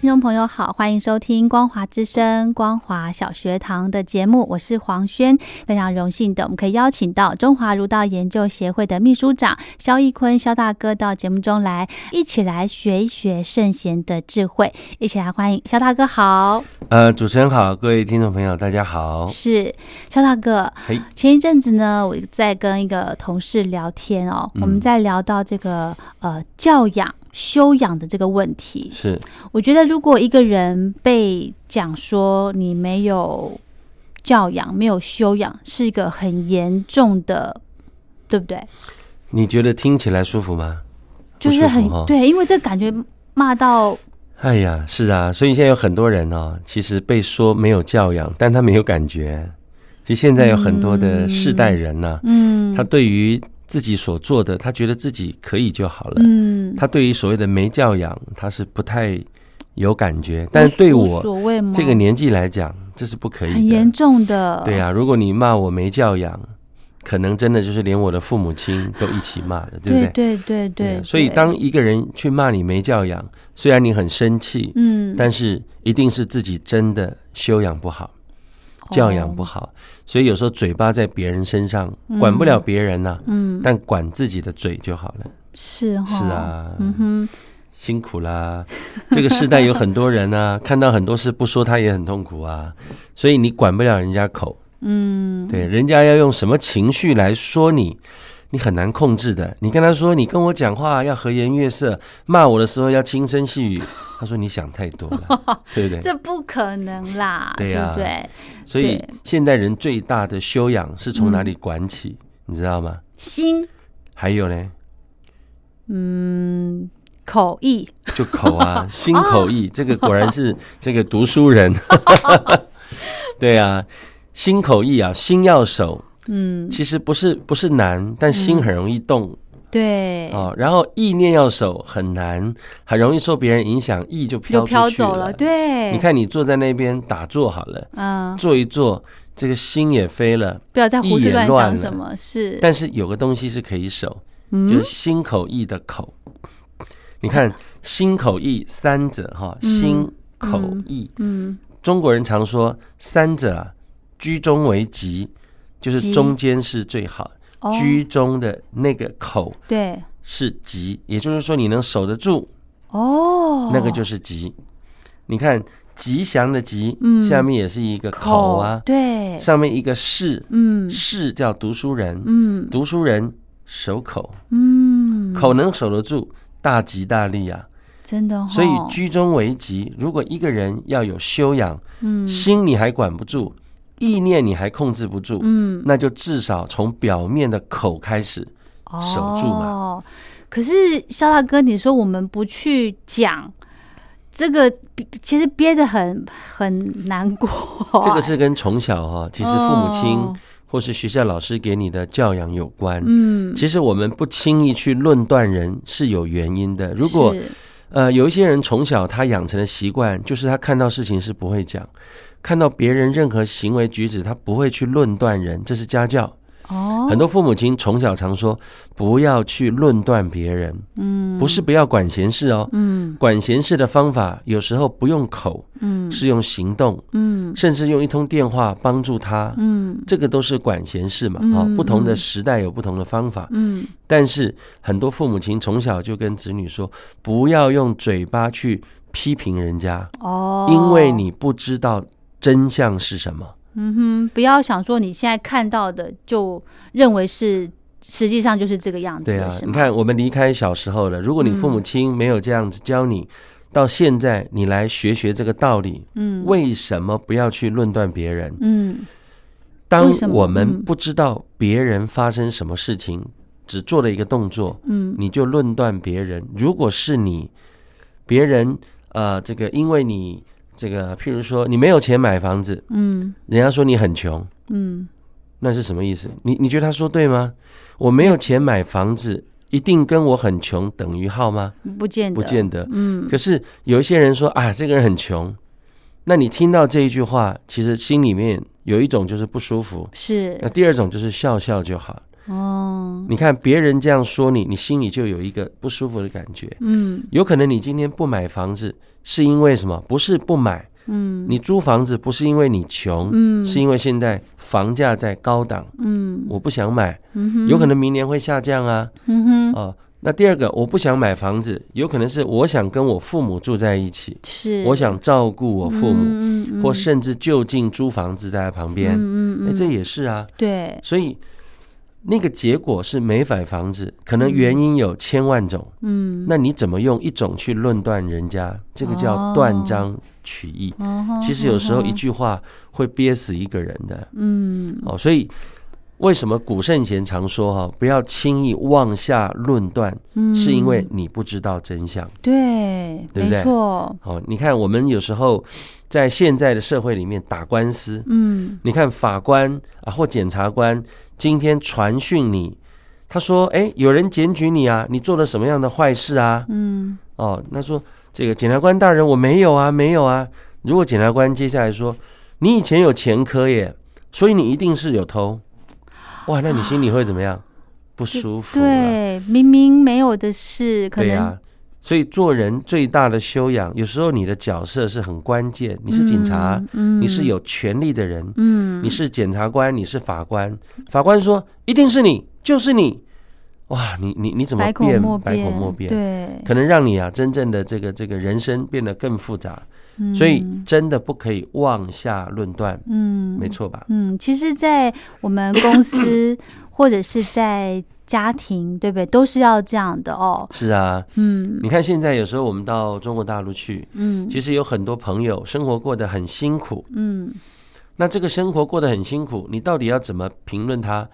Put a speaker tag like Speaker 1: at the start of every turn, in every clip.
Speaker 1: 听众朋友好，欢迎收听光华之声、光华小学堂的节目，我是黄轩。非常荣幸的，我们可以邀请到中华儒道研究协会的秘书长肖一坤肖大哥到节目中来，一起来学一学圣贤的智慧，一起来欢迎肖大哥好。
Speaker 2: 呃，主持人好，各位听众朋友，大家好。
Speaker 1: 是肖大哥，
Speaker 2: 嘿，
Speaker 1: 前一阵子呢，我在跟一个同事聊天哦，我们在聊到这个呃教养。修养的这个问题，
Speaker 2: 是
Speaker 1: 我觉得，如果一个人被讲说你没有教养、没有修养，是一个很严重的，对不对？
Speaker 2: 你觉得听起来舒服吗？
Speaker 1: 就是很
Speaker 2: 不舒服哦
Speaker 1: 对，因为这感觉骂到
Speaker 2: 哎呀，是啊，所以现在有很多人哦，其实被说没有教养，但他没有感觉。其实现在有很多的世代人呢、
Speaker 1: 嗯
Speaker 2: 他对于自己所做的，他觉得自己可以就好了。
Speaker 1: 嗯，
Speaker 2: 他对于所谓的没教养，他是不太有感觉。但是对
Speaker 1: 无
Speaker 2: 我
Speaker 1: 所谓吗？
Speaker 2: 这个年纪来讲，这是不可以的。
Speaker 1: 很严重的，
Speaker 2: 对、呀、如果你骂我没教养，可能真的就是连我的父母亲都一起骂的，对不
Speaker 1: 对
Speaker 2: 对？
Speaker 1: 对对
Speaker 2: 对啊所以当一个人去骂你没教养，虽然你很生气，
Speaker 1: 嗯，
Speaker 2: 但是一定是自己真的修养不好，
Speaker 1: 哦
Speaker 2: 教养不
Speaker 1: 好，
Speaker 2: 好。所以有时候嘴巴在别人身上，管不了别人呐、
Speaker 1: 嗯，
Speaker 2: 但管自己的嘴就好了。
Speaker 1: 是哈，
Speaker 2: 是，啊，
Speaker 1: 嗯哼，
Speaker 2: 辛苦啦！这个世代有很多人啊， 看到很多事不说，他也很痛苦啊。所以你管不了人家口，嗯，对，人家要用什么情绪来说你，你很难控制的。你跟他说，你跟我讲话要和颜悦色，骂我的时候要轻声细语，他说你想太多 了，对不对？
Speaker 1: 这不可能啦，
Speaker 2: 对
Speaker 1: 对
Speaker 2: 呀
Speaker 1: 不对？
Speaker 2: 所以
Speaker 1: 对
Speaker 2: 现代人最大的修养是从哪里管起，
Speaker 1: 嗯
Speaker 2: 你知道吗？
Speaker 1: 心，
Speaker 2: 还有呢，
Speaker 1: 嗯，口译，
Speaker 2: 就 口
Speaker 1: 哦
Speaker 2: 啊，心口译，这个果然是这个读书人。 对啊，心口译啊，心要守，
Speaker 1: 嗯，
Speaker 2: 其实不是不是难，但心很容易动
Speaker 1: 对，
Speaker 2: 啊、哦然后意念要守很难，很容易受别人影响，意就飘
Speaker 1: 就飘
Speaker 2: 出去
Speaker 1: 走了。。对，
Speaker 2: 你，看你坐在那边打坐好了，
Speaker 1: 嗯，
Speaker 2: 坐一坐，这个心也飞了。
Speaker 1: 不要再胡思
Speaker 2: 一眼
Speaker 1: 乱
Speaker 2: 乱
Speaker 1: 想
Speaker 2: 了
Speaker 1: 什么是，
Speaker 2: 但是有个东西是可以守，
Speaker 1: 嗯
Speaker 2: 就是心口意的口。你看心口意三者哈，心口意，
Speaker 1: 嗯，
Speaker 2: 中国人常说三者啊，居中为吉，就是
Speaker 1: 吉
Speaker 2: 中间是最好，
Speaker 1: 哦
Speaker 2: 居中的那个口
Speaker 1: 对，
Speaker 2: 是吉，也就是说你能守得住，
Speaker 1: 哦，
Speaker 2: 那个就是吉。你看吉祥的吉，
Speaker 1: 嗯
Speaker 2: 下面也是一个口啊，
Speaker 1: 对，
Speaker 2: 上面一个士，
Speaker 1: 嗯
Speaker 2: 士叫读书人，
Speaker 1: 嗯
Speaker 2: 读书人守口，
Speaker 1: 嗯，
Speaker 2: 口能守得住，大吉大利啊！
Speaker 1: 真的哦，
Speaker 2: 所以居中为吉。如果一个人要有修养，
Speaker 1: 嗯
Speaker 2: 心你还管不住，意念你还控制不住，
Speaker 1: 嗯
Speaker 2: 那就至少从表面的口开始。守住嘛
Speaker 1: 哦。可是肖大哥，你说我们不去讲。这个憋其实憋得很很难过，
Speaker 2: 这个是跟从小哈、其实父母亲
Speaker 1: 哦
Speaker 2: 或是学校老师给你的教养有关。
Speaker 1: 嗯，
Speaker 2: 其实我们不轻易去论断人是有原因的。如果
Speaker 1: 是
Speaker 2: 呃，有一些人从小他养成的习惯，就是他看到事情是不会讲，看到别人任何行为举止，他不会去论断人，这是家教。
Speaker 1: 哦，
Speaker 2: 很多父母亲从小常说，不要去论断别人，嗯，不是不要管闲事哦，
Speaker 1: 嗯
Speaker 2: 管闲事的方法有时候不用口，
Speaker 1: 嗯
Speaker 2: 是用行动，
Speaker 1: 嗯
Speaker 2: 甚至用一通电话帮助他，
Speaker 1: 嗯
Speaker 2: 这个都是管闲事嘛，啊、
Speaker 1: 嗯
Speaker 2: 不同的时代有不同的方法，
Speaker 1: 嗯，
Speaker 2: 但是很多父母亲从小就跟子女说，不要用嘴巴去批评人家，
Speaker 1: 哦，
Speaker 2: 因为你不知道真相是什么。
Speaker 1: 嗯哼，不要想说你现在看到的就认为是，实际上就是这个样子，
Speaker 2: 对啊，
Speaker 1: 嗯是
Speaker 2: 你
Speaker 1: 吗？
Speaker 2: 看我们离开小时候了，如果你父母亲没有这样子教你，到现在你来学学这个道理，嗯，为什么不要去论断别人？
Speaker 1: 嗯
Speaker 2: 当
Speaker 1: 为什么
Speaker 2: 我们
Speaker 1: 嗯
Speaker 2: 不知道别人发生什么事情，只做了一个动作，
Speaker 1: 嗯
Speaker 2: 你就论断别人。如果是你，别人呃，这个因为你这个，譬如说你没有钱买房子，
Speaker 1: 嗯
Speaker 2: 人家说你很穷，
Speaker 1: 嗯
Speaker 2: 那是什么意思？你你觉得他说对吗？我没有钱买房子，一定跟我很穷等于号吗？
Speaker 1: 嗯，不见得，
Speaker 2: 不见得。
Speaker 1: 嗯
Speaker 2: 可是有一些人说啊，这个人很穷，那你听到这一句话，其实心里面有一种就是不舒服，
Speaker 1: 是
Speaker 2: 那第二种就是笑笑就好。
Speaker 1: 哦，
Speaker 2: 你看别人这样说你，你心里就有一个不舒服的感觉。
Speaker 1: 嗯
Speaker 2: 有可能你今天不买房子，是因为什么？不是不买，
Speaker 1: 嗯
Speaker 2: 你租房子不是因为你穷，
Speaker 1: 嗯
Speaker 2: 是因为现在房价在高档，
Speaker 1: 嗯
Speaker 2: 我不想买，
Speaker 1: 嗯哼，
Speaker 2: 有可能明年会下降啊。
Speaker 1: 嗯哼
Speaker 2: 哦，那第二个，我不想买房子，有可能是我想跟我父母住在一起，
Speaker 1: 是，
Speaker 2: 我想照顾我父母，
Speaker 1: 嗯嗯嗯
Speaker 2: 或甚至就近租房子在他旁边，
Speaker 1: 嗯嗯
Speaker 2: 哎、
Speaker 1: 嗯，
Speaker 2: 这也是啊。
Speaker 1: 对，
Speaker 2: 所以那个结果是没买房子，可能原因有千万种。
Speaker 1: 嗯，
Speaker 2: 那你怎么用一种去论断人家？这个叫
Speaker 1: 哦
Speaker 2: 断章取义。
Speaker 1: 哦吼
Speaker 2: 其实有时候
Speaker 1: 吼
Speaker 2: 一
Speaker 1: 吼
Speaker 2: 句话会憋死一个人的
Speaker 1: 嗯
Speaker 2: 哦，所以。为什么古圣贤常说哈、不要轻易妄下论断，
Speaker 1: 嗯，
Speaker 2: 是因为你不知道真相。
Speaker 1: 对，
Speaker 2: 对不对
Speaker 1: 没错，
Speaker 2: 哦，你看我们有时候在现在的社会里面打官司，
Speaker 1: 嗯
Speaker 2: 你看法官啊或检察官今天传讯你，他说：“哎、有人检举你啊，你做了什么样的坏事啊
Speaker 1: 嗯？”
Speaker 2: 哦，那说这个检察官大人，我没有啊，没有啊。如果检察官接下来说：“你以前有前科耶，所以你一定是有偷。”哇，那你心里会怎 么样？不舒服、啊。
Speaker 1: 对，明明没有的事，可
Speaker 2: 对呀、
Speaker 1: 能
Speaker 2: 所以做人最大的修养，有时候你的角色是很关键。你是警察，
Speaker 1: 嗯，
Speaker 2: 你是有权利的人，
Speaker 1: 嗯，
Speaker 2: 你是检察官，你是法官，法官说一定是你，就是你，哇，你你你怎么
Speaker 1: 百口
Speaker 2: 变
Speaker 1: 莫
Speaker 2: 百口莫辩？
Speaker 1: 对，
Speaker 2: 可能让你啊真正的这个这个人生变得更复杂，所以真的不可以妄下论断，
Speaker 1: 嗯，
Speaker 2: 没错吧？
Speaker 1: 嗯，其实，在我们公司 或者是在家庭，对不对，都是要这样的哦。
Speaker 2: 是啊，
Speaker 1: 嗯
Speaker 2: 你看现在有时候我们到中国大陆去，
Speaker 1: 嗯
Speaker 2: 其实有很多朋友生活过得很辛苦，
Speaker 1: 嗯
Speaker 2: 那这个生活过得很辛苦，你到底要怎么评论他？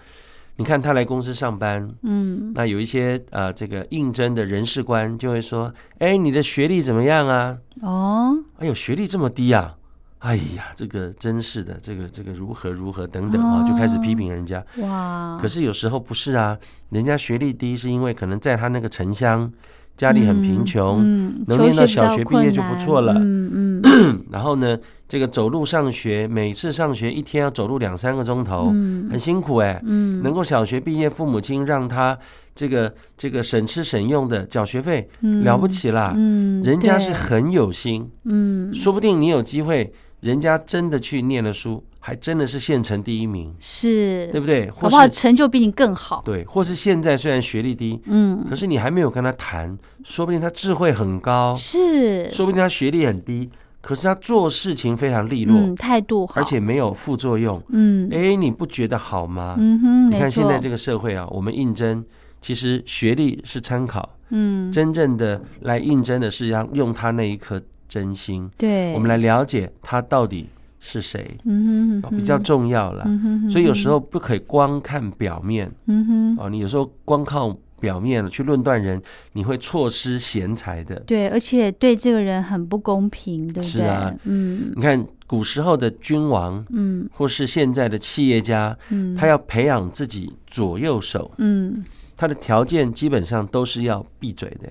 Speaker 2: 你看他来公司上班，
Speaker 1: 嗯
Speaker 2: 那有一些呃，这个应征的人事官就会说：“哎，你的学历怎么样啊？
Speaker 1: 哦，
Speaker 2: 哎呦，学历这么低啊！哎呀，这个真是的，这个这个如何如何等等啊，
Speaker 1: 哦
Speaker 2: 就开始批评人家。
Speaker 1: 哇，
Speaker 2: 可是有时候不是啊，人家学历低是因为可能在他那个城乡，家里很贫穷，
Speaker 1: 嗯，嗯
Speaker 2: 能
Speaker 1: 求
Speaker 2: 念到
Speaker 1: 学比
Speaker 2: 小
Speaker 1: 较
Speaker 2: 学毕
Speaker 1: 困
Speaker 2: 业就不
Speaker 1: 难
Speaker 2: 错了
Speaker 1: 嗯嗯
Speaker 2: 然后呢，这个走路上学，每次上学一天要走路两三个钟头，
Speaker 1: 嗯
Speaker 2: 很辛苦哎、
Speaker 1: 嗯，
Speaker 2: 能够小学毕业，父母亲让他这个这个省吃省用的缴学费，
Speaker 1: 嗯
Speaker 2: 了不起啦！
Speaker 1: 嗯，
Speaker 2: 人家是
Speaker 1: 对
Speaker 2: 很有心，
Speaker 1: 嗯
Speaker 2: 说不定你有机会，人家真的去念了书，还真的是县城第一名，
Speaker 1: 是，
Speaker 2: 对不对？
Speaker 1: 搞
Speaker 2: 或
Speaker 1: 不好
Speaker 2: 是
Speaker 1: 成就比你更好。
Speaker 2: 对，或是现在虽然学历低，
Speaker 1: 嗯，
Speaker 2: 可是你还没有跟他谈，说不定他智慧很高，
Speaker 1: 是，
Speaker 2: 说不定他学历很低，可是他做事情非常利落，
Speaker 1: 嗯，态度好，
Speaker 2: 而且没有副作用。
Speaker 1: 嗯
Speaker 2: 哎，你不觉得好吗？
Speaker 1: 嗯哼，
Speaker 2: 你看现在这
Speaker 1: 个，
Speaker 2: 个社会啊，我们应征其实学历是参考，
Speaker 1: 嗯，
Speaker 2: 真正的来应征的是要用他那一颗真心，
Speaker 1: 对，
Speaker 2: 我们来，了解他到底是谁，
Speaker 1: 嗯哼
Speaker 2: 啊
Speaker 1: 哼，
Speaker 2: 比较重要啦。
Speaker 1: 嗯哼哼，
Speaker 2: 所以有时候不可以光看表面
Speaker 1: 嗯哼，
Speaker 2: 哦，你有时候光靠表面去论断人，你会错失贤才的。
Speaker 1: 对，而且对这个人很不公平，对不
Speaker 2: 是
Speaker 1: 对
Speaker 2: 啊？
Speaker 1: 嗯
Speaker 2: 你看古时候的君王，
Speaker 1: 嗯
Speaker 2: 或是现在的企业家，
Speaker 1: 嗯，
Speaker 2: 他要培养自己左右手，
Speaker 1: 嗯
Speaker 2: 他的条件基本上都是要闭嘴的。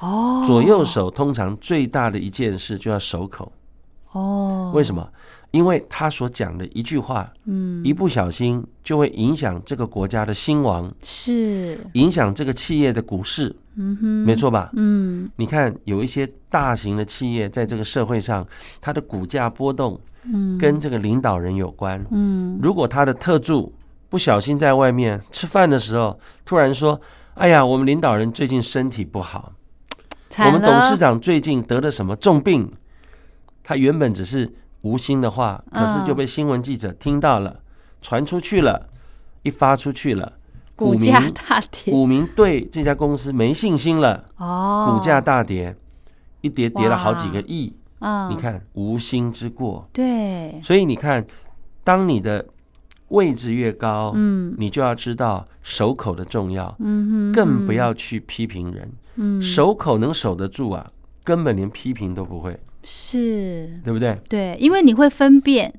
Speaker 1: 哦
Speaker 2: 左右手通常最大的一件事就要守口，
Speaker 1: 哦，
Speaker 2: 为
Speaker 1: 么？
Speaker 2: 什么？因为他所讲的一句话，
Speaker 1: 嗯，
Speaker 2: 一不小心就会影响这个国家的兴亡，
Speaker 1: 是，
Speaker 2: 影响这个企业的股市，
Speaker 1: 嗯哼，
Speaker 2: 没，错吧？
Speaker 1: 嗯
Speaker 2: 你看，有一些大型的企业在这个社会上，它的股价波动
Speaker 1: 嗯，
Speaker 2: 跟这个领导人有关。
Speaker 1: 嗯
Speaker 2: 如果他的特助不小心在外面吃饭的时候，突然说：“哎呀，我们领导人最近身体不好，我们董事
Speaker 1: 长
Speaker 2: 长最近得了什么重病？他原本只是无心的话，可是就被新闻记者听到
Speaker 1: 嗯
Speaker 2: 了，传出去了，一发出去了，
Speaker 1: 股
Speaker 2: 股民
Speaker 1: 价大跌
Speaker 2: 股民对这家公司没信心了，
Speaker 1: 哦，
Speaker 2: 股价大跌，一跌跌了好几个亿。
Speaker 1: 嗯，
Speaker 2: 你看，无心之过。
Speaker 1: 对，
Speaker 2: 所以你看，当你的位置越高，
Speaker 1: 嗯
Speaker 2: 你就要知道守口的重要，
Speaker 1: 嗯哼，
Speaker 2: 更不要去批评人。
Speaker 1: 嗯
Speaker 2: 守口能守得住啊，根本连批评都不会，
Speaker 1: 是
Speaker 2: 对不对？
Speaker 1: 对，因为你会分辨，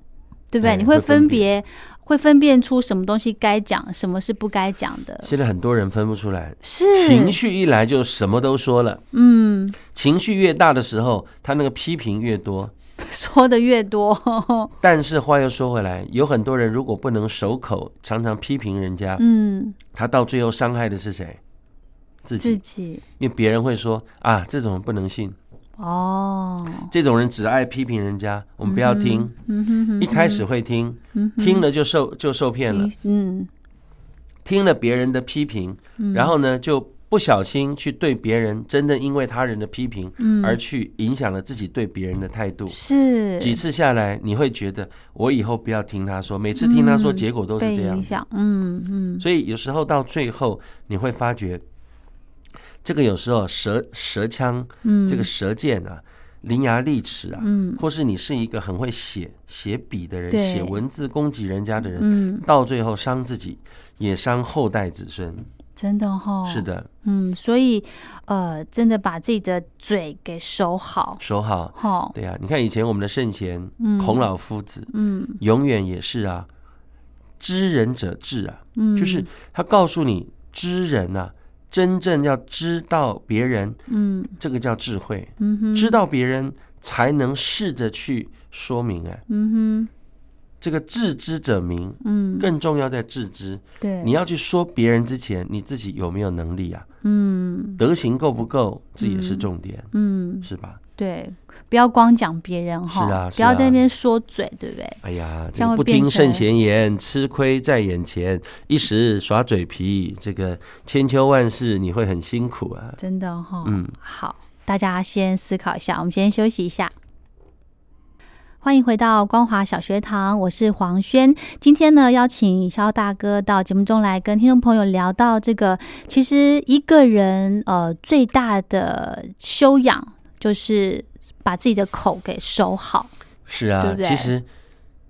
Speaker 1: 对不对？
Speaker 2: 对
Speaker 1: 你会
Speaker 2: 会分
Speaker 1: 分别，会分辨出什么东西该讲，什么是不该讲的。
Speaker 2: 现在很多人分不出来，
Speaker 1: 是
Speaker 2: 情，绪一来就什么都说了。
Speaker 1: 嗯，
Speaker 2: 情绪越大的时候，他那个批评越多。
Speaker 1: 说的越 多，
Speaker 2: 但是话又说回来，有很多人如果不能守口，常常批评人家，
Speaker 1: 嗯，
Speaker 2: 他到最后伤害的是谁？自
Speaker 1: 自。
Speaker 2: 己
Speaker 1: 己
Speaker 2: 因为别人会说啊，这种人不能信，
Speaker 1: 哦，
Speaker 2: 这种人只爱批评人家，我们不要听。
Speaker 1: 嗯哼嗯哼，
Speaker 2: 一开始会听，听了就受就受骗了，
Speaker 1: 嗯，
Speaker 2: 听了别人的批评，然后呢就不小心去对别人，真的因为他人的批评而去影响了自己对别人的态度。
Speaker 1: 嗯是
Speaker 2: 几次下来，你会觉得我以后不要听他说，每次听他说，结果都
Speaker 1: 嗯
Speaker 2: 是
Speaker 1: 被
Speaker 2: 这样
Speaker 1: 影。响，嗯嗯，
Speaker 2: 所以有时候到最后，你会发觉，这个有时候舌舌腔，
Speaker 1: 嗯
Speaker 2: 这个舌剑啊，伶牙俐齿啊，或是你是一个很会写写笔的人，
Speaker 1: 对
Speaker 2: 写文字攻击人家的人，
Speaker 1: 嗯，
Speaker 2: 到最后伤自己，也伤后代子孙。
Speaker 1: 真的哈、
Speaker 2: 是，的，
Speaker 1: 嗯，所以呃，真的把自己的嘴给守好，
Speaker 2: 守好。
Speaker 1: 哈，
Speaker 2: 对啊，你看以前我们的圣贤、孔老夫子，
Speaker 1: 嗯
Speaker 2: 永远也是啊，知人者智啊，
Speaker 1: 嗯，
Speaker 2: 就是他告诉你知人啊，真正要知道别人，
Speaker 1: 嗯
Speaker 2: 这个叫智慧，
Speaker 1: 嗯哼，
Speaker 2: 知道别人才能试着去说明。哎，
Speaker 1: 嗯
Speaker 2: 这个自知者明，
Speaker 1: 哼，嗯，
Speaker 2: 更重要在自知。
Speaker 1: 对，
Speaker 2: 你要去说别人之前，你自己有没有能力啊？
Speaker 1: 嗯
Speaker 2: 德行够不够，这也是重点，
Speaker 1: 嗯，
Speaker 2: 是吧？
Speaker 1: 对，不要光讲别人哈，
Speaker 2: 是啊
Speaker 1: 不要
Speaker 2: 是啊
Speaker 1: 在那边说嘴，对不对？
Speaker 2: 哎呀，
Speaker 1: 这
Speaker 2: 这
Speaker 1: 样会
Speaker 2: 个不
Speaker 1: 变
Speaker 2: 听
Speaker 1: 成
Speaker 2: 圣贤言，吃亏在眼前。一时耍嘴皮，这个千秋万世，你会很辛苦啊。
Speaker 1: 真的哈、
Speaker 2: 嗯
Speaker 1: 好，大家先思考一下，我们先休息一下。欢迎回到光华小学堂，我是黄轩。今天呢，邀请肖大哥到节目中来跟听众朋友聊到这个，其实一个人呃最大的修养就是把自己的口给收好。
Speaker 2: 是
Speaker 1: 对
Speaker 2: 啊
Speaker 1: 不，对
Speaker 2: 其实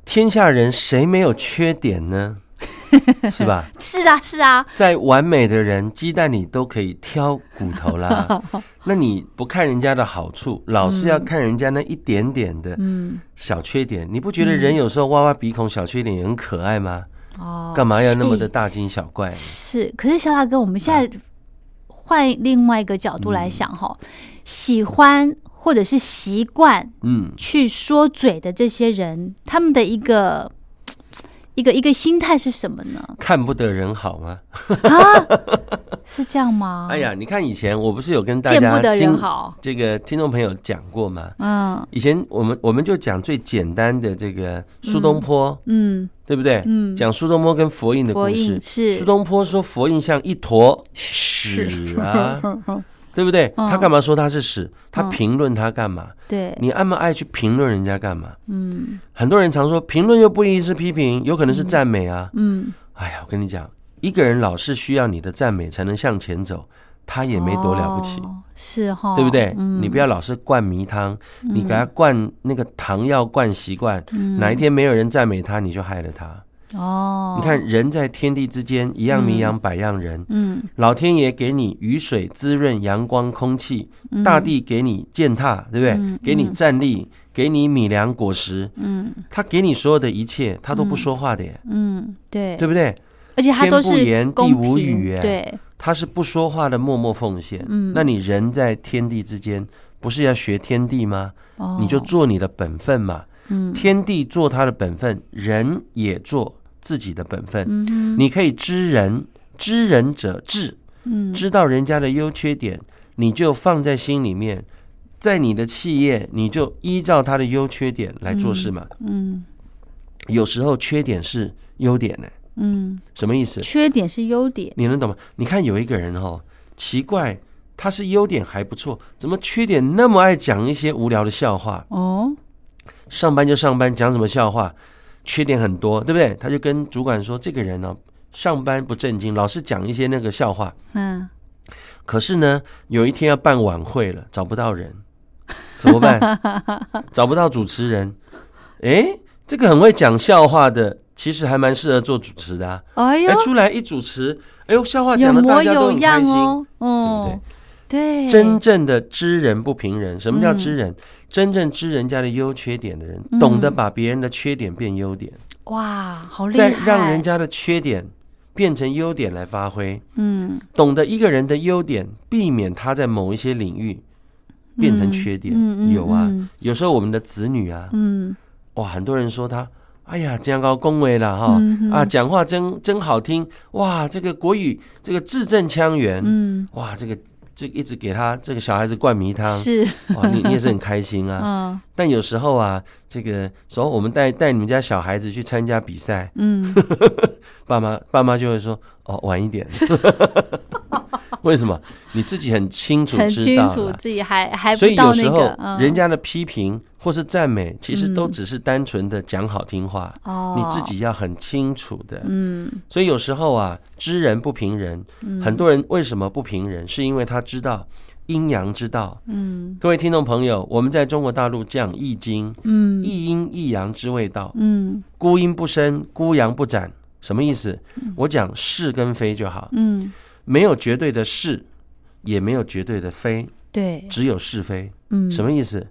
Speaker 2: 天下人谁没有缺点 呢？是吧？
Speaker 1: 是啊，是啊，
Speaker 2: 再完美的人，鸡蛋里都可以挑骨 头啦。那你不看人家的好处，老是要看人家那一点点的
Speaker 1: 嗯，
Speaker 2: 小缺点，你不觉得人有时候挖挖鼻孔小缺点也很可爱吗？
Speaker 1: 哦，
Speaker 2: 干嘛要那么的
Speaker 1: 哎
Speaker 2: 大惊小怪？
Speaker 1: 是，可是小大哥，我们现
Speaker 2: 嗯
Speaker 1: 在换另外一个角度来想哈、喜欢或者是习惯
Speaker 2: 嗯，
Speaker 1: 去说嘴的这些人，他们的一个一个一个心态是什么呢？
Speaker 2: 看不得人好吗？
Speaker 1: 是这样吗？
Speaker 2: 哎，呀，你看以前我不是有跟大
Speaker 1: 哦见不
Speaker 2: 家
Speaker 1: 得
Speaker 2: 经
Speaker 1: 人好，
Speaker 2: 这个听众朋友讲过吗？
Speaker 1: 嗯
Speaker 2: 以前我们我们就讲最简单的这个苏东坡，
Speaker 1: 嗯，
Speaker 2: 对不对？
Speaker 1: 嗯
Speaker 2: 讲苏东坡跟佛印的故
Speaker 1: 佛印
Speaker 2: 事。
Speaker 1: 是
Speaker 2: 苏东坡说佛印像一坨屎 啊，对不对？
Speaker 1: 嗯
Speaker 2: 他干嘛说他是屎？他
Speaker 1: 嗯
Speaker 2: 评论他干嘛？
Speaker 1: 对，
Speaker 2: 你那么爱去评论人家干嘛？
Speaker 1: 嗯
Speaker 2: 很多人常说评论又不一定是批评，有可能是赞美啊。
Speaker 1: 嗯，
Speaker 2: 哎呀，我跟你讲，一个人老是需要你的赞美才能向前走，他也没多了不起，
Speaker 1: 哦是哈，
Speaker 2: 对不对？
Speaker 1: 嗯
Speaker 2: 你不要老是灌迷汤，你给他灌那个糖药灌习惯，哪一天没有人赞美他，你就害了他。
Speaker 1: 嗯哦，
Speaker 2: 你看，人在天地之间，一样米养百样人。
Speaker 1: 嗯，
Speaker 2: 老天爷给你雨水滋润，阳光、空气；
Speaker 1: 嗯
Speaker 2: 大地给你践踏，对不对？给你站立，给你米粮、果实。
Speaker 1: 嗯
Speaker 2: 他给你所有的一切，他都不说话的耶，
Speaker 1: 嗯，对，
Speaker 2: 对不对？
Speaker 1: 而且他
Speaker 2: 天
Speaker 1: 都
Speaker 2: 不
Speaker 1: 是
Speaker 2: 言地
Speaker 1: 公
Speaker 2: 无
Speaker 1: 平
Speaker 2: 语哎
Speaker 1: 对，
Speaker 2: 他是不说话的，默默奉献。
Speaker 1: 嗯
Speaker 2: 那你人在天地之间，不是要学天地吗？
Speaker 1: 哦
Speaker 2: 你就做你的本分嘛。
Speaker 1: 嗯
Speaker 2: 天地做他的本分，人也做自己的本分。
Speaker 1: 嗯哼
Speaker 2: 你可以知人，知人者智，
Speaker 1: 嗯
Speaker 2: 知道人家的优缺点，你就放在心里面，在你的企业，你就依照他的优缺点来做事嘛。
Speaker 1: 嗯
Speaker 2: 有时候缺点是优点呢、
Speaker 1: 嗯，
Speaker 2: 什么意思？
Speaker 1: 缺点是优点，
Speaker 2: 你能懂吗？你看有一个人哦，奇怪，他是优点还不错，怎么缺点那么爱讲一些无聊的笑话？
Speaker 1: 哦，
Speaker 2: 上班就上班，讲什么笑话，缺点很多，对不对？他就跟主管说，这个人呢、哦上班不正经，老是讲一些那个笑话。
Speaker 1: 嗯，
Speaker 2: 可是呢，有一天要办晚会了，找不到人，怎 么办？找不到主持人，诶，这个很会讲笑话的，其实还蛮适合做主持的啊。
Speaker 1: 哎
Speaker 2: 哎，
Speaker 1: 呦，
Speaker 2: 出来一主持，哎呦，笑话
Speaker 1: 有
Speaker 2: 讲的
Speaker 1: 模
Speaker 2: 大家都
Speaker 1: 有
Speaker 2: 很开
Speaker 1: 样
Speaker 2: 心，
Speaker 1: 哦，
Speaker 2: 对
Speaker 1: 嗯
Speaker 2: 不，
Speaker 1: 对，
Speaker 2: 对？真正的知人不评人，什么叫知人？真正知人家的优缺点的人，
Speaker 1: 嗯
Speaker 2: 懂得把别人的缺点变优点，
Speaker 1: 哇，好厉害，
Speaker 2: 再让人家的缺点变成优点来发挥。
Speaker 1: 嗯
Speaker 2: 懂得一个人的优点，避免他在某一些领域变成缺点。
Speaker 1: 嗯嗯嗯
Speaker 2: 有啊，
Speaker 1: 嗯
Speaker 2: 有时候我们的子女啊，
Speaker 1: 嗯
Speaker 2: 哇，很多人说他，哎呀，这样高恭维啦哈、
Speaker 1: 嗯哼
Speaker 2: 啊，讲话真真好听，哇，这个国语这个字正腔圆，
Speaker 1: 嗯，
Speaker 2: 哇，这个这个一直给他这个小孩子灌迷汤，
Speaker 1: 是，
Speaker 2: 哇，你你也是很开心 啊。
Speaker 1: 嗯
Speaker 2: 但有时候啊，这个时候我们带带你们家小孩子去参加比赛，
Speaker 1: 嗯，
Speaker 2: 爸妈爸妈就会说哦晚一 点，为什么？你自己很清楚
Speaker 1: 很
Speaker 2: 知
Speaker 1: 清
Speaker 2: 道
Speaker 1: 楚
Speaker 2: 了，
Speaker 1: 自己还还不
Speaker 2: 所以
Speaker 1: 到
Speaker 2: 有
Speaker 1: 那
Speaker 2: 时
Speaker 1: 个
Speaker 2: 候，
Speaker 1: 嗯
Speaker 2: 人家的批评或是赞美，其实都
Speaker 1: 嗯
Speaker 2: 只是单纯的讲好听话，
Speaker 1: 哦，
Speaker 2: 你自，己要很清楚的。
Speaker 1: 嗯
Speaker 2: 所以有时候啊，知人不评人，
Speaker 1: 嗯，
Speaker 2: 很多人为什么不评人，是因为他知道阴阳之道。
Speaker 1: 嗯
Speaker 2: 各位听众朋友，我们在中国大陆讲《易经》，
Speaker 1: 嗯
Speaker 2: 一阴一阳之谓道。
Speaker 1: 嗯
Speaker 2: 孤阴不生，孤阳不展，什么意思？我讲是跟非就好，
Speaker 1: 嗯，
Speaker 2: 没有绝对的是，也没有绝对的非，
Speaker 1: 对，
Speaker 2: 只有是非。
Speaker 1: 嗯，
Speaker 2: 什么意思？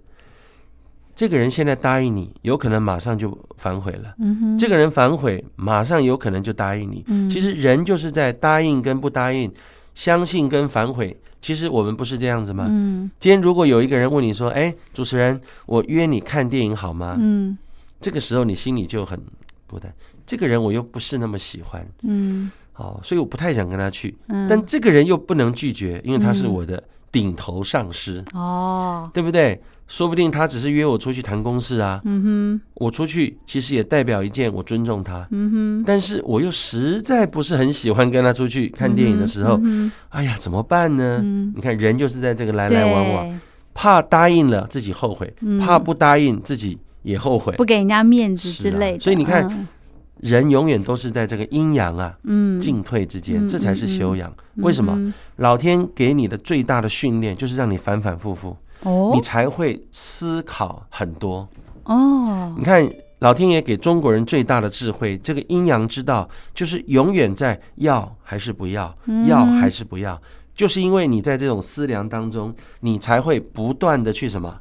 Speaker 2: 这个人现在答应你，有可能马上就反悔了；
Speaker 1: 嗯哼，
Speaker 2: 这个人反悔，马上有可能就答应你。
Speaker 1: 嗯
Speaker 2: 其实人就是在答应跟不答应，相信跟反悔。其实我们不是这样子吗？
Speaker 1: 嗯
Speaker 2: 今天如果有一个人问你说：“哎，主持人，我约你看电影好吗？”
Speaker 1: 嗯
Speaker 2: 这个时候你心里就很孤单。这个人我又不是那么喜欢，
Speaker 1: 嗯
Speaker 2: 哦，所以我不太想跟他去。
Speaker 1: 嗯，
Speaker 2: 但这个人又不能拒绝，因为他是
Speaker 1: 嗯
Speaker 2: 我的顶头上司，
Speaker 1: 哦，
Speaker 2: 对不对？说不定他只是约我出去谈公事啊，
Speaker 1: 嗯哼
Speaker 2: 我出去其实也代表一件我尊重他，
Speaker 1: 嗯哼，
Speaker 2: 但是我又实在不是很喜欢跟他出去看电影的时候，
Speaker 1: 嗯
Speaker 2: 哎呀，怎么办呢？
Speaker 1: 嗯
Speaker 2: 你看人就是在这个来
Speaker 1: 哼，
Speaker 2: 来往往，
Speaker 1: 对
Speaker 2: 怕答应了自己后悔，
Speaker 1: 嗯
Speaker 2: 怕不答应自己也后悔
Speaker 1: 不。给人家面子
Speaker 2: 是
Speaker 1: 之
Speaker 2: 啊
Speaker 1: 类的，
Speaker 2: 所以你看
Speaker 1: 嗯
Speaker 2: 人永远都是在这个阴阳啊，
Speaker 1: 嗯，
Speaker 2: 进退之间，
Speaker 1: 嗯
Speaker 2: 这才是修养。为什么？
Speaker 1: 嗯
Speaker 2: 老天给你的最大的训练，就是让你反反复复，
Speaker 1: 哦，
Speaker 2: 你才会思考很多。
Speaker 1: 哦，
Speaker 2: 你看，老天爷给中国人最大的智慧，这个阴阳之道，就是永远在要还是不要，
Speaker 1: 嗯
Speaker 2: 要还是不要，就是因为你在这种思量当中，你才会不断的去什么，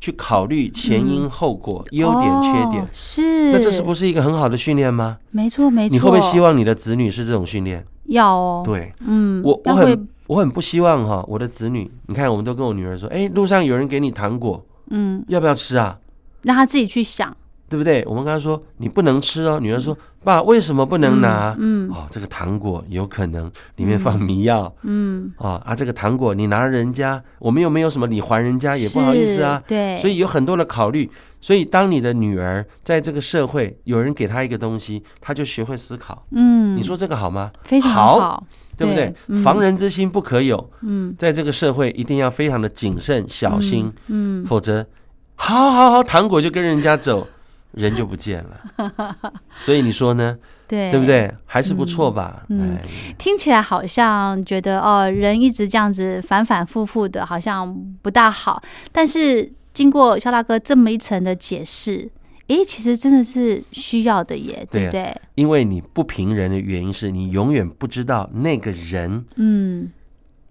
Speaker 2: 去考虑前因后果、优点、缺点
Speaker 1: 哦。是，
Speaker 2: 那这是不是一个很好的训练吗？
Speaker 1: 没错没错？
Speaker 2: 你会不会希望你的子女是这种训练？
Speaker 1: 要哦？，
Speaker 2: 对，
Speaker 1: 嗯，
Speaker 2: 我我
Speaker 1: 要会
Speaker 2: 很我很不希望哈，我的子女，你看，我们都跟我女儿说，哎、路上有人给你糖果，
Speaker 1: 嗯，
Speaker 2: 要不要吃啊？
Speaker 1: 让他自己去想，
Speaker 2: 对不对？我们跟她说你不能吃哦，女儿说爸为什么不能拿？
Speaker 1: 嗯
Speaker 2: 哦，这个糖果有可能里面放迷药
Speaker 1: 嗯，
Speaker 2: 哦啊，这个糖果你拿了人家，我们又没有什么，你还人家也不好意思啊
Speaker 1: 是。对，
Speaker 2: 所以有很多的考虑，所以当你的女儿在这个社会有人给她一个东西，她就学会思考。
Speaker 1: 嗯，
Speaker 2: 你说这个好吗？
Speaker 1: 非常
Speaker 2: 好
Speaker 1: 好，
Speaker 2: 对不对？
Speaker 1: 嗯
Speaker 2: 防人之心不可有，
Speaker 1: 嗯
Speaker 2: 在这个社会一定要非常的谨慎小心，
Speaker 1: 嗯，
Speaker 2: 否则，好好好，糖果就跟人家走， 人就不见了。 所以你说呢？
Speaker 1: 对，
Speaker 2: 对不？对？还是不错吧？
Speaker 1: 嗯
Speaker 2: 哎，
Speaker 1: 听起来好像觉得哦，人一直这样子反反复复的，好像不大好。但是经过肖大哥这么一层的解释，诶，其实真的是需要的耶，
Speaker 2: 对
Speaker 1: 不对？
Speaker 2: 因为你不评人的原因是你永远不知道那个人
Speaker 1: 嗯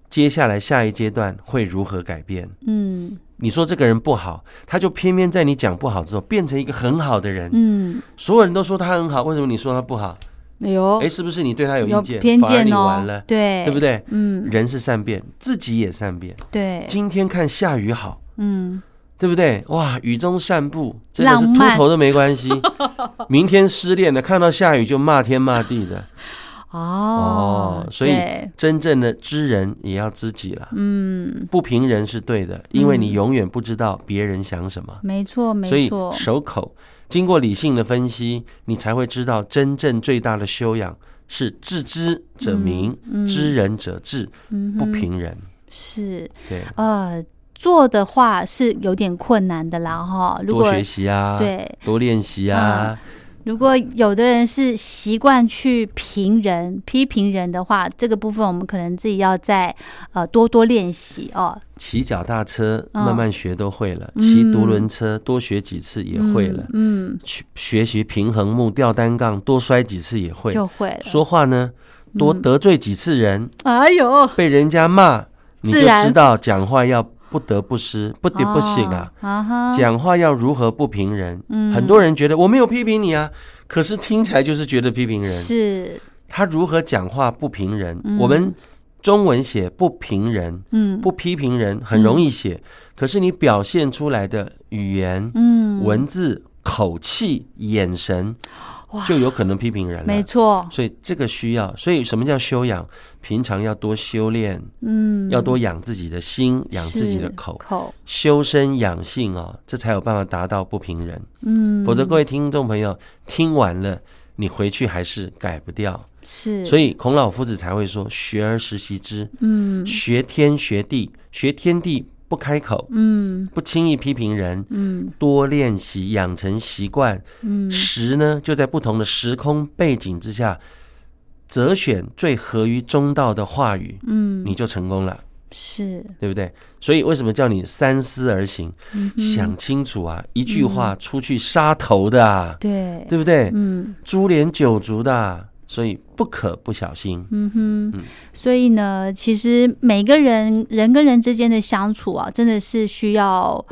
Speaker 2: 接下来下一阶段会如何改变。
Speaker 1: 嗯
Speaker 2: 你说这个人不好，他就偏偏在你讲不好之后变成一个很好的人，
Speaker 1: 嗯，
Speaker 2: 所有人都说他很好，为什么你说他不好？
Speaker 1: 哎呦
Speaker 2: 哎，，是不是你对他有
Speaker 1: 有
Speaker 2: 意见，
Speaker 1: 偏
Speaker 2: 反而
Speaker 1: 见
Speaker 2: 你
Speaker 1: 哦
Speaker 2: 完，了，
Speaker 1: 对，
Speaker 2: 对不？对？
Speaker 1: 嗯，
Speaker 2: 人是善变，自己也善变。
Speaker 1: 对，
Speaker 2: 今天看下雨好，
Speaker 1: 嗯
Speaker 2: 对不对？哇，雨中散步真的是
Speaker 1: 浪
Speaker 2: 秃
Speaker 1: 漫
Speaker 2: 头都没 关系。明天失恋了，看到下雨就骂天骂地的。
Speaker 1: 哦
Speaker 2: 哦所以
Speaker 1: 对
Speaker 2: 真正的知人也要知己啦，
Speaker 1: 嗯，
Speaker 2: 不评人是对的，因为你永远不知道别人想什么，
Speaker 1: 没错嗯没
Speaker 2: 所以
Speaker 1: 错，
Speaker 2: 守口。经过理性的分析，你才会知道真正最大的修养是知之者明，知人者智，
Speaker 1: 嗯
Speaker 2: 不
Speaker 1: 哼
Speaker 2: 评人。
Speaker 1: 是
Speaker 2: 对，
Speaker 1: 呃。做的话是有点困难的啦哈。如
Speaker 2: 多
Speaker 1: 果
Speaker 2: 学习啊，
Speaker 1: 对，
Speaker 2: 多练习啊，
Speaker 1: 如果有的人是习惯去评人、批评人的话，这个部分我们可能自己要再呃多多练习哦。
Speaker 2: 骑脚踏车
Speaker 1: 嗯
Speaker 2: 慢慢学都会了，
Speaker 1: 嗯
Speaker 2: 骑独轮车多学几次也会了，
Speaker 1: 嗯，
Speaker 2: 去学习平衡木、吊单杠多摔几次也会
Speaker 1: 嗯，就会了。嗯
Speaker 2: 说话呢多得罪几次人，
Speaker 1: 哎呦，
Speaker 2: 被人家骂，你就
Speaker 1: 自然
Speaker 2: 知道讲话要不得不失，不得不行啊。
Speaker 1: 哦啊哈，
Speaker 2: 讲话要如何不评人？
Speaker 1: 嗯
Speaker 2: 很多人觉得我没有批评你啊，可是听起来就是觉得批评人。
Speaker 1: 是
Speaker 2: 他如何讲话不评人？
Speaker 1: 嗯
Speaker 2: 我们中文写不评人、
Speaker 1: 嗯
Speaker 2: 不批评人很容易写，可是你表现出来的语言、
Speaker 1: 嗯，
Speaker 2: 文字、口气、眼神，就有可能批评人
Speaker 1: 没
Speaker 2: 了。
Speaker 1: 错，
Speaker 2: 所以这个需要，所以什么叫修养？平常要多修炼，
Speaker 1: 嗯，
Speaker 2: 要多养自己的心，养自己的
Speaker 1: 是
Speaker 2: 口，
Speaker 1: 口，
Speaker 2: 修身养性啊、这才有办法达到不评人。
Speaker 1: 嗯，
Speaker 2: 否则，各位听众朋友，听完了你回去还是改不掉。
Speaker 1: 是，
Speaker 2: 所
Speaker 1: 以
Speaker 2: 以孔老夫子才会说：“学而时习之，
Speaker 1: 嗯
Speaker 2: 学天学地，学天地不开口，
Speaker 1: 嗯
Speaker 2: 不轻易批评人，
Speaker 1: 嗯
Speaker 2: 多练习，养成习惯。
Speaker 1: 嗯
Speaker 2: 时呢，就在不同的时空背景之下，择选最合于中道的话语，
Speaker 1: 嗯，
Speaker 2: 你就成功了，
Speaker 1: 是
Speaker 2: 对不对？所以为什么叫你三思而行？
Speaker 1: 嗯哼
Speaker 2: 想清楚啊，一句话出去杀头的啊，
Speaker 1: 对，
Speaker 2: 对不对？
Speaker 1: 嗯。
Speaker 2: 株连九族的啊，所以不可不小心。
Speaker 1: 嗯哼，所以呢，其实每个人人跟人之间的相处啊，真的是需要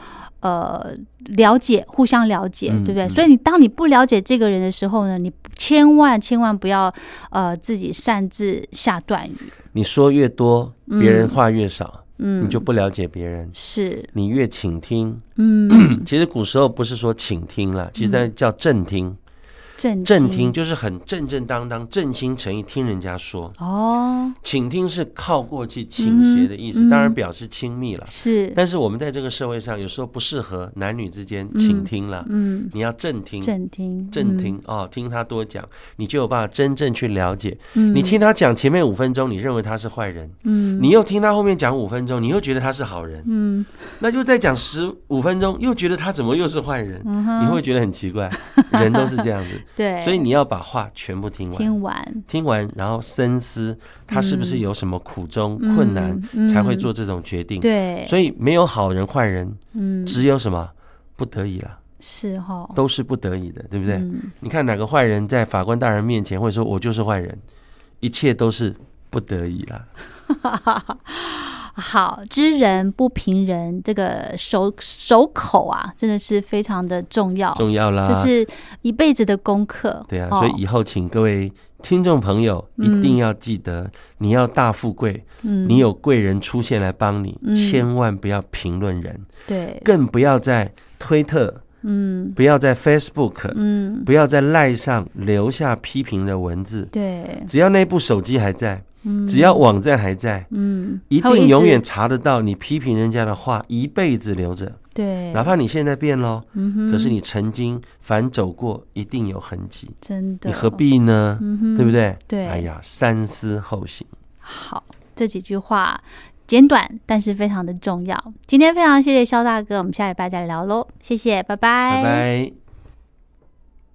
Speaker 1: 呃了解，互相了解，
Speaker 2: 嗯
Speaker 1: 对不对？
Speaker 2: 嗯
Speaker 1: 所以你当你不了解这个人的时候呢，你千万千万不要呃自己擅自下断语，
Speaker 2: 你说越多，
Speaker 1: 嗯
Speaker 2: 别人话越少，
Speaker 1: 嗯，
Speaker 2: 你就不了解别人。
Speaker 1: 是
Speaker 2: 你越倾听，
Speaker 1: 嗯
Speaker 2: 其实古时候不是说倾听啦，其实它叫正听。
Speaker 1: 正
Speaker 2: 正听就是很正正当当、正心诚意听人家说。
Speaker 1: 哦，
Speaker 2: 倾听是靠过去倾斜的意思，
Speaker 1: 嗯嗯
Speaker 2: 当然表示亲密了。
Speaker 1: 是
Speaker 2: 但是我们在这个社会上，有时候不适合男女之间
Speaker 1: 嗯
Speaker 2: 倾听了。
Speaker 1: 嗯
Speaker 2: 你要正听，
Speaker 1: 正嗯听
Speaker 2: 正，听哦，听他多讲，你就有办法真正去了解。
Speaker 1: 嗯
Speaker 2: 你听他讲前面五分钟，你认为他是坏人，
Speaker 1: 嗯
Speaker 2: 你又听他后面讲五分钟，你又觉得他是好人，
Speaker 1: 嗯
Speaker 2: 那又再讲十五分钟，又觉得他怎么又是坏人，
Speaker 1: 嗯哼
Speaker 2: 你会觉得很奇 怪。人都是这样子，
Speaker 1: 对，
Speaker 2: 所以你要把话全部听完。
Speaker 1: 听完
Speaker 2: 听完，然后深思他是不是有什么苦衷、困难，
Speaker 1: 嗯
Speaker 2: 才会
Speaker 1: 嗯
Speaker 2: 做这种决定。
Speaker 1: 对，
Speaker 2: 所以没有好人坏人，
Speaker 1: 嗯
Speaker 2: 只有什么不得已了，
Speaker 1: 是哈，
Speaker 2: 都是不得已的，对不对？
Speaker 1: 嗯
Speaker 2: 你看哪个坏人在法官大人面前会说“我就是坏人”，一切都是不得已啦。
Speaker 1: 好，知人不评人，这个守守口啊，真的是非常的重要，
Speaker 2: 重要啦。
Speaker 1: 这是一辈子的功课。
Speaker 2: 对啊，
Speaker 1: 哦
Speaker 2: 所以以后请各位听众朋友一
Speaker 1: 嗯
Speaker 2: 定要记得，你要大富贵，
Speaker 1: 嗯
Speaker 2: 你有贵人出现来帮你，
Speaker 1: 嗯
Speaker 2: 千万不要评论人，
Speaker 1: 对，
Speaker 2: 更不要在推特，
Speaker 1: 嗯
Speaker 2: 不要在 Facebook，、
Speaker 1: 嗯，
Speaker 2: 不要在赖上留下批评的文字。
Speaker 1: 对，
Speaker 2: 只要那部手机还在，
Speaker 1: 嗯，
Speaker 2: 只要网站还在，
Speaker 1: 嗯，
Speaker 2: 一
Speaker 1: 还有
Speaker 2: 定永
Speaker 1: 直
Speaker 2: 远查得到你批评人家的话，一辈子留着。
Speaker 1: 对，
Speaker 2: 哪怕你现在变喽，
Speaker 1: 嗯哼，
Speaker 2: 可是你曾经反走过，一定有痕迹，
Speaker 1: 真的，
Speaker 2: 你何？必呢？
Speaker 1: 嗯哼，
Speaker 2: 对不？对？
Speaker 1: 对
Speaker 2: 哎呀，三思后行。
Speaker 1: 好，这几句话简短，但是非常的重要。今天非常谢谢肖大哥，我们下礼拜再聊喽，谢谢，拜拜，
Speaker 2: 拜拜。